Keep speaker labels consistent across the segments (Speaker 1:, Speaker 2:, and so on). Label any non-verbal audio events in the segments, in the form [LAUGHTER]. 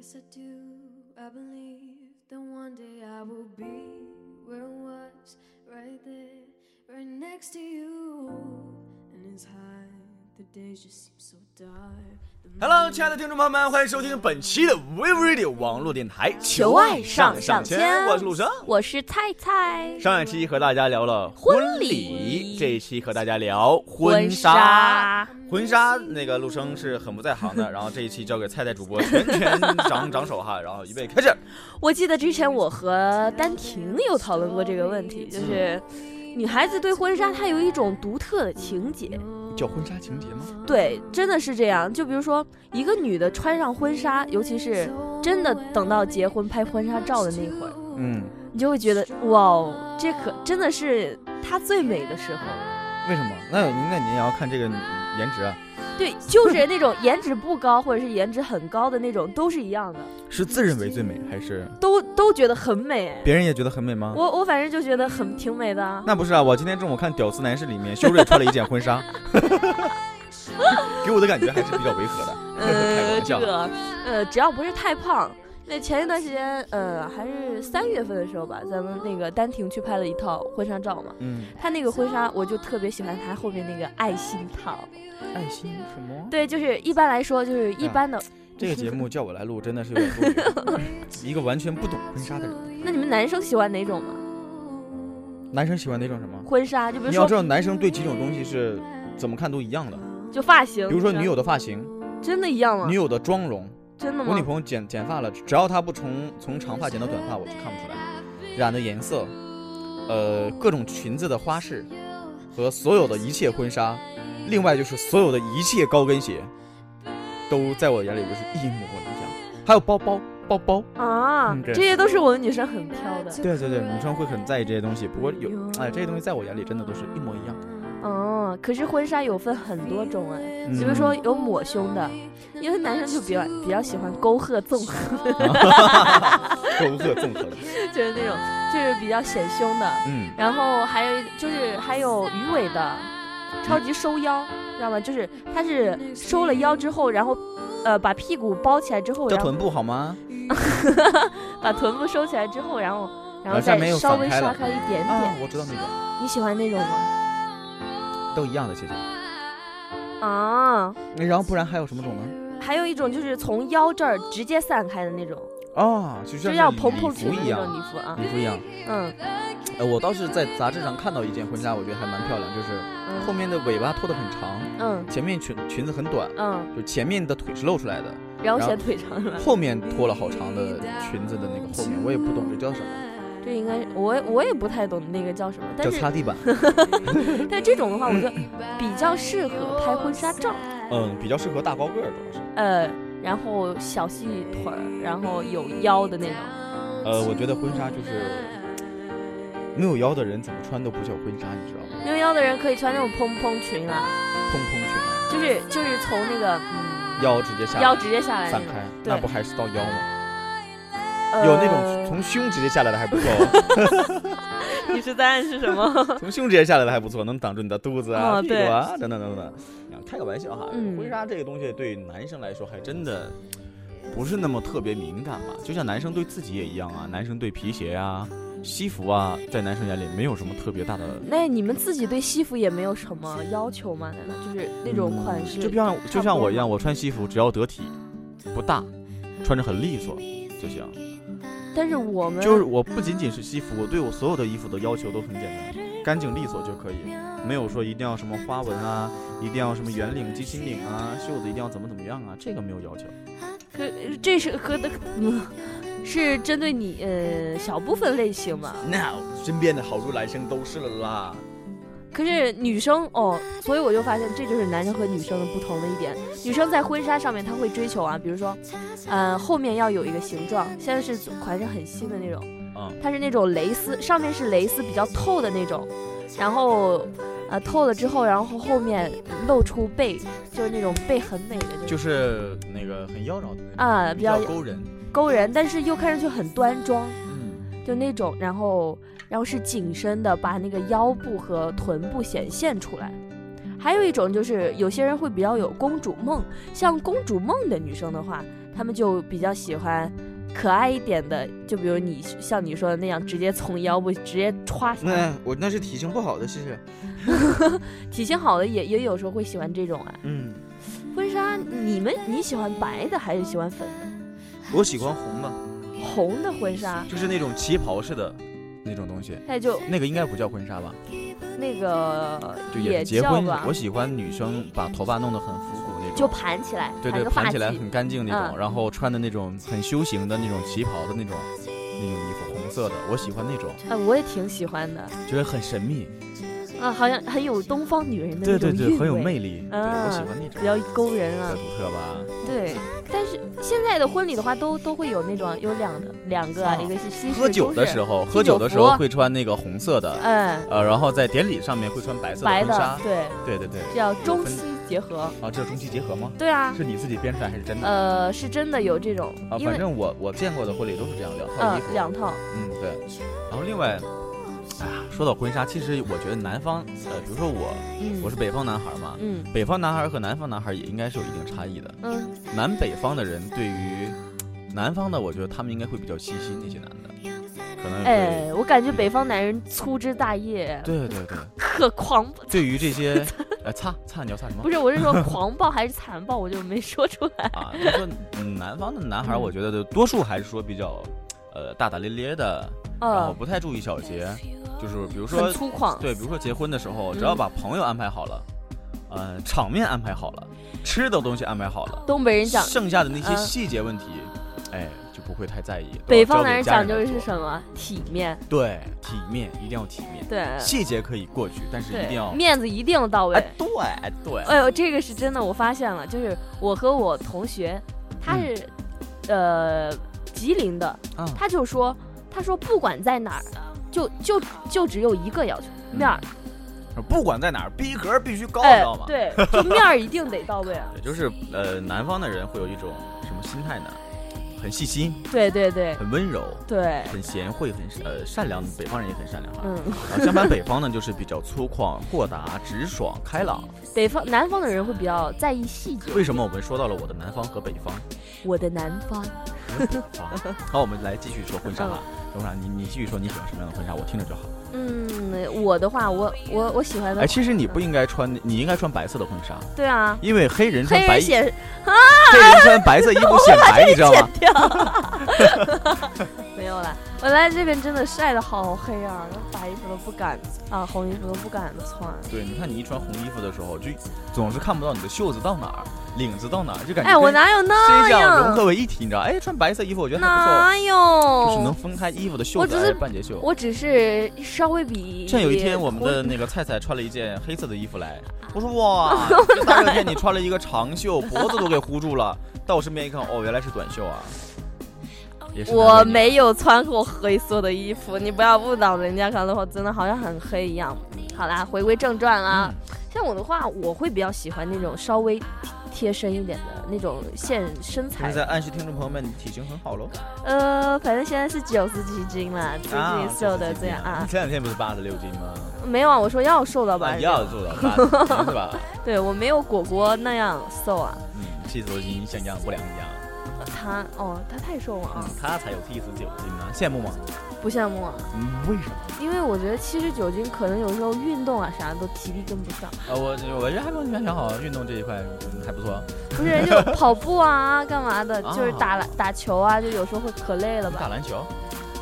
Speaker 1: Yes, I do. I believe that one day I will be where I was, right there, right next to you. And it's high. The days just seem so dark. The
Speaker 2: Hello，亲爱的听众朋友们，欢迎收听本期的 We Radio 网络电台，
Speaker 3: 求爱上
Speaker 2: 上
Speaker 3: 上签
Speaker 2: 我是陆生。
Speaker 3: 我是菜菜，
Speaker 2: 上一期和大家聊了
Speaker 3: 婚
Speaker 2: 礼
Speaker 3: 礼，
Speaker 2: 这一期和大家聊婚纱。
Speaker 3: 纱，
Speaker 2: 婚纱那个陆生是很不在行
Speaker 3: [LAUGHS]
Speaker 2: 的，然后这一期交给菜菜主播全权掌掌手哈，然后预备开始。
Speaker 3: 我记得之前我和丹婷有讨论过这个问题，就是女孩子对婚纱她有一种独特的情结，
Speaker 2: 叫婚纱情节吗？
Speaker 3: 对，真的是这样。就比如说一个女的穿上婚纱，尤其是真的等到结婚拍婚纱照的那会儿，
Speaker 2: 嗯，
Speaker 3: 你就会觉得哇哦，这可真的是她最美的时候。
Speaker 2: 为什么？那那您也要看这个颜值啊，
Speaker 3: 对，就是那种颜值不高或者是颜值很高的那种，都是一样的，
Speaker 2: 是自认为最美，还是
Speaker 3: 都都觉得很美。哎
Speaker 2: 别人也觉得很美吗？
Speaker 3: 我我反正就觉得很挺美的啊。
Speaker 2: 那不是啊，我今天中午看《屌丝男士》里面，修睿穿了一件婚
Speaker 3: [LAUGHS]
Speaker 2: 纱，给我的感觉还是比较违和的。开
Speaker 3: 呃，
Speaker 2: 玩笑
Speaker 3: 这个呃，只要不是太胖。那前一段时间，呃，还是三月份的时候吧，咱们那个丹婷去拍了一套婚纱照嘛。
Speaker 2: 嗯，
Speaker 3: 她那个婚纱，我就特别喜欢她后面那个爱心套。
Speaker 2: 爱心什么？
Speaker 3: 对，就是一般来说，就是
Speaker 2: 嗯
Speaker 3: 一般的。
Speaker 2: 这个节目叫我来录，真的是有点多余。一个完全不懂婚纱的人，
Speaker 3: 那你们男生喜欢哪种嘛？
Speaker 2: 男生喜欢哪种什么？
Speaker 3: 婚纱，就比如
Speaker 2: 你要
Speaker 3: 说
Speaker 2: 知道，男生对几种东西是怎么看都一样的。
Speaker 3: 就发型，
Speaker 2: 比如说
Speaker 3: 是吧
Speaker 2: 女友的发型，
Speaker 3: 真的一样吗
Speaker 2: 女？友的妆容。
Speaker 3: 真的
Speaker 2: 我女
Speaker 3: 吗？
Speaker 2: 朋友剪剪发了，只要她不从从长发剪到短发，我就看不出来。染的颜色，呃，各种裙子的花式，和所有的一切婚纱，另外就是所有的一切高跟鞋，都在我眼里就是一模一样。还有包包，包包。
Speaker 3: 啊
Speaker 2: 嗯，对
Speaker 3: 这些都是我们女生很挑的。
Speaker 2: 对啊对对，女生会很在意这些东西。不过有，哎，这些东西在我眼里真的都是一模一样。
Speaker 3: 哦，可是婚纱有分很多种哎。
Speaker 2: 嗯
Speaker 3: 比如说有抹胸的，因为男生就比较比较喜欢沟壑纵横， [LAUGHS]
Speaker 2: 沟壑纵横。
Speaker 3: 就是那种就是比较显胸的，
Speaker 2: 嗯，
Speaker 3: 然后还有一就是还有鱼尾的，超级收腰，知道吗？就是它是收了腰之后，然后呃把屁股包起来之后，
Speaker 2: 叫
Speaker 3: 然后
Speaker 2: 臀部好吗？
Speaker 3: 把臀部收起来之后，然后然
Speaker 2: 然后
Speaker 3: 后
Speaker 2: 下
Speaker 3: 再
Speaker 2: 面又
Speaker 3: 稍
Speaker 2: 散
Speaker 3: 微
Speaker 2: 开了
Speaker 3: 刷开一点
Speaker 2: 啊，
Speaker 3: 点。
Speaker 2: 我知道那个，
Speaker 3: 你喜欢那种吗？
Speaker 2: 都一样的，其实。
Speaker 3: 啊，
Speaker 2: 然后不然还有什么种呢？
Speaker 3: 还有一种就是从腰这儿直接散开的那种，
Speaker 2: 啊，就
Speaker 3: 就
Speaker 2: 像
Speaker 3: 是
Speaker 2: 是
Speaker 3: 要
Speaker 2: 礼
Speaker 3: 蓬蓬
Speaker 2: 礼
Speaker 3: 裙
Speaker 2: 服
Speaker 3: 的
Speaker 2: 一
Speaker 3: 那
Speaker 2: 样
Speaker 3: 种，礼服啊，
Speaker 2: 礼服一样。
Speaker 3: 嗯
Speaker 2: 呃，我倒是在杂志上看到一件婚纱，我觉得还蛮漂亮，就是后
Speaker 3: 嗯
Speaker 2: 面的尾巴拖得很长，
Speaker 3: 嗯
Speaker 2: 前面裙裙子很短，
Speaker 3: 嗯，
Speaker 2: 就前面的腿是露出来的，
Speaker 3: 然后
Speaker 2: 然后
Speaker 3: 显腿长是吧？
Speaker 2: 后面拖了好长的裙子的那个后面，我也不懂这叫什么，
Speaker 3: [LAUGHS] 嗯这应该是我也我也不太懂那个叫什么，
Speaker 2: 叫
Speaker 3: 但是
Speaker 2: 擦地板。
Speaker 3: 但这种的话，我觉得比较适合拍婚纱照，
Speaker 2: 嗯，比较适合大高个儿，主要是。
Speaker 3: 呃，然后小细腿儿，然后有腰的那种，
Speaker 2: 呃，我觉得婚纱就是没有腰的人怎么穿都不叫婚纱，你知道吗？
Speaker 3: 没有腰的人可以穿那种蓬蓬裙啦，
Speaker 2: 蓬蓬裙，
Speaker 3: 就是就是从那个嗯
Speaker 2: 腰直接下来
Speaker 3: 腰直接下来那
Speaker 2: 散
Speaker 3: 种，
Speaker 2: 开，
Speaker 3: 对
Speaker 2: 那不还是到腰吗？
Speaker 3: 呃
Speaker 2: 有那种从胸直接下来的还不错哦，
Speaker 3: [LAUGHS] 你是在暗示什么？
Speaker 2: 从胸直接下来的还不错，能挡住你的肚子啊、
Speaker 3: 哦
Speaker 2: 屁股啊等等等等。啊开个玩笑哈，
Speaker 3: 嗯
Speaker 2: 婚纱这个东西对男生来说还真的不是那么特别敏感吧？就像男生对自己也一样啊，男生对皮鞋啊、西服啊，在男生眼里没有什么特别大的
Speaker 3: [LAUGHS] 那你们自己对西服也没有什么要求吗？难道就是那种款式？
Speaker 2: 嗯就像就像我一
Speaker 3: 差
Speaker 2: 样，
Speaker 3: 不多吗
Speaker 2: 我穿西服只要得体，不大，穿着很利索就行。
Speaker 3: 但是我们
Speaker 2: 就是我不仅仅是西服，我对我所有的衣服的要求都很简单，干净利索就可以，没有说一定要什么花纹啊，一定要什么圆领、鸡心领啊，袖子一定要怎么怎么样啊，这个没有要求。
Speaker 3: 可 [LAUGHS] 这是和的、嗯是针对你呃小部分类型嘛？
Speaker 2: No，身边的好多男生都是了啦。
Speaker 3: 可是女生哦，所以我就发现这就是男生和女生的不同的一点。女生在婚纱上面，她会追求啊，比如说，呃，后面要有一个形状，现在是款式很新的那种，
Speaker 2: 嗯，
Speaker 3: 它是那种蕾丝，上面是蕾丝比较透的那种，然后，呃，透了之后，然后后面露出背，就是那种背很美的那种，
Speaker 2: 就是那个很妖娆的那种，
Speaker 3: 啊，比较
Speaker 2: 勾人。
Speaker 3: 勾人，但是又看上去很端庄，
Speaker 2: 嗯，
Speaker 3: 就那种，然后然后是紧身的，把那个腰部和臀部显现出来。还有一种就是有些人会比较有公主梦，像公主梦的女生的话，他们就比较喜欢可爱一点的，就比如你像你说的那样，直接从腰部直接歘下来。
Speaker 2: 那我那是体型不好的，谢谢。
Speaker 3: 体型好的也也有时候会喜欢这种啊。
Speaker 2: 嗯，
Speaker 3: 婚纱，你们你喜欢白的还是喜欢粉的？
Speaker 2: 我喜欢红的，
Speaker 3: 红的婚纱，
Speaker 2: 就是那种旗袍式的那种东西，
Speaker 3: 那就
Speaker 2: 那个应该不叫婚纱吧？
Speaker 3: 那个
Speaker 2: 就也是结
Speaker 3: 叫
Speaker 2: 婚
Speaker 3: 吧。，
Speaker 2: 我喜欢女生把头发弄得很复古那种，
Speaker 3: 就盘起来，
Speaker 2: 对
Speaker 3: 盘
Speaker 2: 对，
Speaker 3: 个发
Speaker 2: 盘起来
Speaker 3: 髻，
Speaker 2: 很干净那种，
Speaker 3: 嗯
Speaker 2: 然后穿的那种很休闲的那种旗袍的那种那种衣服，红色的，我喜欢那种，
Speaker 3: 哎，我也挺喜欢的，
Speaker 2: 觉得很神秘，
Speaker 3: 啊，好像很有东方女人的
Speaker 2: 对
Speaker 3: 那
Speaker 2: 对
Speaker 3: 种
Speaker 2: 对，
Speaker 3: 韵
Speaker 2: 很有
Speaker 3: 味，嗯
Speaker 2: 魅力，对我喜欢那种，
Speaker 3: 比较勾人啊
Speaker 2: 很。独特吧？
Speaker 3: 对，但是现在的婚礼的话，都都会有那种有两个两个啊，
Speaker 2: 哦
Speaker 3: 一个是西式
Speaker 2: 喝酒的时
Speaker 3: 候，
Speaker 2: 候，
Speaker 3: 式
Speaker 2: 喝酒的时候
Speaker 3: 酒服
Speaker 2: 会穿那个红色的，
Speaker 3: 嗯，
Speaker 2: 呃，然后在典礼上面会穿白色的
Speaker 3: 白
Speaker 2: 婚
Speaker 3: 的
Speaker 2: 纱，，
Speaker 3: 对，
Speaker 2: 对对对，
Speaker 3: 叫中
Speaker 2: 分
Speaker 3: 西结合。
Speaker 2: 啊，这是中西结合吗？
Speaker 3: 对啊，
Speaker 2: 是你自己编出来还是真的？
Speaker 3: 呃，是真的有这种，
Speaker 2: 啊，
Speaker 3: 因
Speaker 2: 反
Speaker 3: 为
Speaker 2: 正我我见过的婚礼都是这样，两套
Speaker 3: 呃
Speaker 2: 衣服，
Speaker 3: 两套，
Speaker 2: 嗯，对。然后另外，啊，说到婚纱，其实我觉得南方，呃，比如说我，
Speaker 3: 嗯，
Speaker 2: 我是北方男孩嘛，
Speaker 3: 嗯
Speaker 2: 北方男孩和南方男孩也应该是有一定差异的。
Speaker 3: 嗯，
Speaker 2: 南北方的人对于南方的，我觉得他们应该会比较细心，那些男的，可能会。
Speaker 3: 哎，我感觉北方男人粗枝大叶， [LAUGHS]
Speaker 2: 对对对，
Speaker 3: 可狂，
Speaker 2: 对于这
Speaker 3: [LAUGHS]
Speaker 2: 些，呃，擦擦，你要擦什么
Speaker 3: 不？是，我是说狂暴还是残暴，我就没说出来。
Speaker 2: 啊，你说嗯南方的男孩，我觉得多数还是说比较，呃，大大咧咧的，然后
Speaker 3: 嗯，
Speaker 2: 不太注意小节，就是比如说
Speaker 3: 很粗嗯犷，
Speaker 2: 对，比如说结婚的时候，只要把朋友安排好了，呃，场面安排好了，吃的东西安排好了，
Speaker 3: 东北人讲，
Speaker 2: 剩下的那些
Speaker 3: 嗯
Speaker 2: 细节问题，哎，就不会太在意。
Speaker 3: 北方男人讲究
Speaker 2: 究
Speaker 3: 的是什么？体面，
Speaker 2: 对，体面一定要体面，
Speaker 3: 对
Speaker 2: 细节可以过去，但是一定要
Speaker 3: 嗯对，面子一定到
Speaker 2: 哎
Speaker 3: 位。
Speaker 2: 对哎对，
Speaker 3: 哎呦，这个是真的，我发现了，就是我和我同学，他是，呃，吉林的，
Speaker 2: 嗯啊
Speaker 3: 他就说，他说不管在哪儿，就就就只有一个要求，面儿，
Speaker 2: 不管在哪儿，逼格必须高，你知嗯
Speaker 3: 哎
Speaker 2: 道吗？，
Speaker 3: 对，就面儿一定得
Speaker 2: [LAUGHS]
Speaker 3: 到位。啊
Speaker 2: 也就是呃，南方的人会有一种什么心态呢？很细心，
Speaker 3: 对对对
Speaker 2: 很温柔，
Speaker 3: 对，
Speaker 2: 很贤惠，很呃善良。北方人也很善良哈。
Speaker 3: 嗯，
Speaker 2: 啊，相反，北方呢就是比较粗犷、豁达、直爽、开
Speaker 3: [LAUGHS]
Speaker 2: 朗。
Speaker 3: 北方南方的人会比较在意细节。
Speaker 2: 为什么我们说到了我的南方和北方？
Speaker 3: 我的南方， [LAUGHS]
Speaker 2: 啊好，我们来继续说婚纱吧。董事长，你你继续说你喜欢什么样的婚纱，我听着就好。
Speaker 3: 嗯，我的话，我我我喜欢的
Speaker 2: 哎，，其实你不应该穿，你应该穿白色的婚纱，
Speaker 3: 对啊，
Speaker 2: 因为黑人穿
Speaker 3: 黑
Speaker 2: 白
Speaker 3: 人
Speaker 2: 衣，
Speaker 3: 写
Speaker 2: 黑人穿白色衣服显白，你知道
Speaker 3: [LAUGHS]
Speaker 2: 吗？
Speaker 3: 掉， [LAUGHS] 没有啦，我来这边真的晒的好黑啊，那白衣服都不敢啊，红衣服都不敢穿。
Speaker 2: 对，你看你一穿红衣服的时候，就总是看不到你的袖子到哪儿，领子到哪儿，就感觉
Speaker 3: 哎，我
Speaker 2: 跟
Speaker 3: 哪有那
Speaker 2: 身上融
Speaker 3: 样？
Speaker 2: 合为一体，你知道？哎，穿白色衣服我觉得还
Speaker 3: 哪
Speaker 2: 不错，就是
Speaker 3: 有
Speaker 2: 能？分开衣服的袖
Speaker 3: 哦我
Speaker 2: 子
Speaker 3: 只
Speaker 2: 还
Speaker 3: 是
Speaker 2: 是半截袖。
Speaker 3: 我只是稍微比
Speaker 2: 像有一天，我们的那个菜菜穿了一件黑色的衣服
Speaker 3: [LAUGHS]
Speaker 2: 来，我说哇，这大热天你穿了一个长袖，脖子都给糊住了。
Speaker 3: [LAUGHS]
Speaker 2: 到我身边一看，哦，原来是短袖啊。也是
Speaker 3: 我
Speaker 2: 难为你
Speaker 3: 没有穿过黑色的衣服，你不要误导人家，搞得我真的好像很黑一样。好啦，回归正传啦。
Speaker 2: 嗯
Speaker 3: 像我的话，我会比较喜欢那种稍微贴身一点的那种线身
Speaker 2: 就是
Speaker 3: 材。
Speaker 2: 在暗示听众朋友们，你体型很好
Speaker 3: [LAUGHS]
Speaker 2: 喽。
Speaker 3: 呃，反正现在是九十几斤
Speaker 2: 啊
Speaker 3: 啦，最近瘦的这样
Speaker 2: 你
Speaker 3: 啊。
Speaker 2: 前两天不是八十六斤
Speaker 3: [LAUGHS]
Speaker 2: 吗？
Speaker 3: 没有啊，我说要瘦的吧
Speaker 2: 啊，，要做到八十斤 [LAUGHS] 是
Speaker 3: [LAUGHS]
Speaker 2: 吧？
Speaker 3: 对我没有果果那样瘦啊。
Speaker 2: 嗯，七十多斤像样不良一样。
Speaker 3: 他哦，他太瘦了
Speaker 2: 嗯
Speaker 3: 啊，，
Speaker 2: 他才有七十九斤呢，羡慕吗？
Speaker 3: 不羡慕啊，
Speaker 2: 嗯，为什么？
Speaker 3: 因为我觉得七十九斤可能有时候运动啊啥都体力跟不
Speaker 2: [LAUGHS]
Speaker 3: 上，
Speaker 2: 呃，我我觉得还没有想好，运动这一块嗯还不错。
Speaker 3: 不是就跑步啊干嘛的，
Speaker 2: [LAUGHS] 啊
Speaker 3: 就是打篮打球啊，就有时候会可累了
Speaker 2: 你打
Speaker 3: 吧。
Speaker 2: 篮球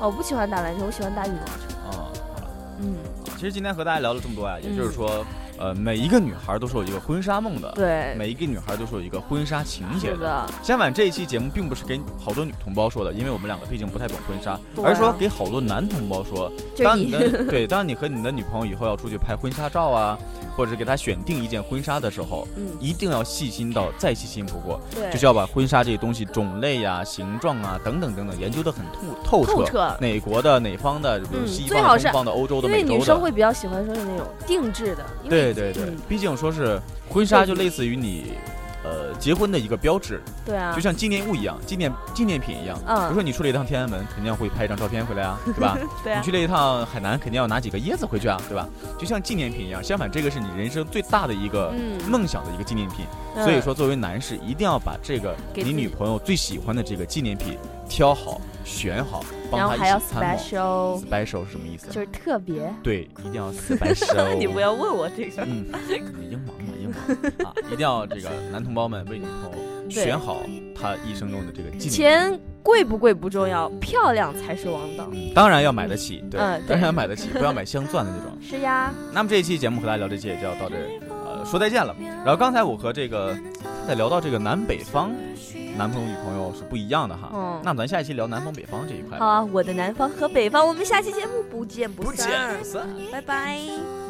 Speaker 3: 哦，我不喜欢打篮球，我喜欢打羽毛球。
Speaker 2: 啊，好了。
Speaker 3: 嗯，
Speaker 2: 其实今天和大家聊了这么多呀，也就是
Speaker 3: 嗯
Speaker 2: 说，呃，每一个女孩都是有一个婚纱梦的，
Speaker 3: 对，
Speaker 2: 每一个女孩都是有一个婚纱情节
Speaker 3: 是
Speaker 2: 的。
Speaker 3: 的，
Speaker 2: 相反，这一期节目并不是给好多女同胞说的，因为我们两个毕竟不太懂婚纱，
Speaker 3: 对啊
Speaker 2: 而是说给好多男同胞说，
Speaker 3: 就
Speaker 2: 当你
Speaker 3: 你
Speaker 2: 的 [LAUGHS] 对，当你和你的女朋友以后要出去拍婚纱照啊，或者是给她选定一件婚纱的时候，
Speaker 3: 嗯，
Speaker 2: 一定要细心到再细心不过，
Speaker 3: [LAUGHS] 对，
Speaker 2: 就是要把婚纱这些东西种类呀、形状啊等等等等研究的很透
Speaker 3: 透彻。
Speaker 2: 哪国的哪方的，比如
Speaker 3: 嗯
Speaker 2: 西
Speaker 3: 最
Speaker 2: 方
Speaker 3: 好
Speaker 2: 的、
Speaker 3: 是
Speaker 2: 东方的、欧洲的、
Speaker 3: 因
Speaker 2: 美
Speaker 3: 为
Speaker 2: 洲
Speaker 3: 女
Speaker 2: 的
Speaker 3: 生。会比较喜欢说是那种定制的，因
Speaker 2: 对
Speaker 3: 为
Speaker 2: 对对
Speaker 3: 嗯，
Speaker 2: 毕竟说是婚纱，就类似于你呃结婚的一个标志，
Speaker 3: 对啊
Speaker 2: 就，像纪念物一样，纪念纪念品一样。比如
Speaker 3: 嗯，
Speaker 2: 说你去了一趟天安门，肯定要会拍一张照片回来
Speaker 3: [LAUGHS]
Speaker 2: 啊，对吧？
Speaker 3: 对
Speaker 2: 你
Speaker 3: 啊
Speaker 2: 去，了一趟海南，肯定要拿几个椰子回去啊，对吧？就像纪念品一样。相反，这个是你人生最大的一个
Speaker 3: 嗯
Speaker 2: 梦想的一个纪念品。所以
Speaker 3: 嗯
Speaker 2: 说，作为男士，一定要把这个
Speaker 3: 给
Speaker 2: 你
Speaker 3: 自己
Speaker 2: 女朋友最喜欢的这个纪念品挑好、选好，帮
Speaker 3: 然后
Speaker 2: 她
Speaker 3: 还要
Speaker 2: 一起参谋。哦
Speaker 3: special，
Speaker 2: special 是什么意思？
Speaker 3: 就是特别。
Speaker 2: 对，一定
Speaker 3: [LAUGHS]
Speaker 2: 要 special。
Speaker 3: 你不要问我这个，
Speaker 2: 嗯，你英王嘛，英王啊，一定要这个男同胞们为女朋友选好他一生中的这个纪念
Speaker 3: 钱贵不贵不重要，漂亮才是王道。
Speaker 2: 品。当然要买得起，对，
Speaker 3: 嗯对
Speaker 2: 当然要买得起，不要买镶钻的那种。
Speaker 3: 是呀，
Speaker 2: 那么这一期节目和大家聊这些就要到这儿，呃，说再见了。然后刚才我和这个在聊到这个南北方男朋友女朋友是不一样的哈，
Speaker 3: 嗯
Speaker 2: 那咱下一期聊南方北方这一块吧。
Speaker 3: 好啊，我的南方和北方，我们下期节目不见不
Speaker 2: 不
Speaker 3: 散
Speaker 2: 见，不散。
Speaker 3: 拜拜。
Speaker 1: 그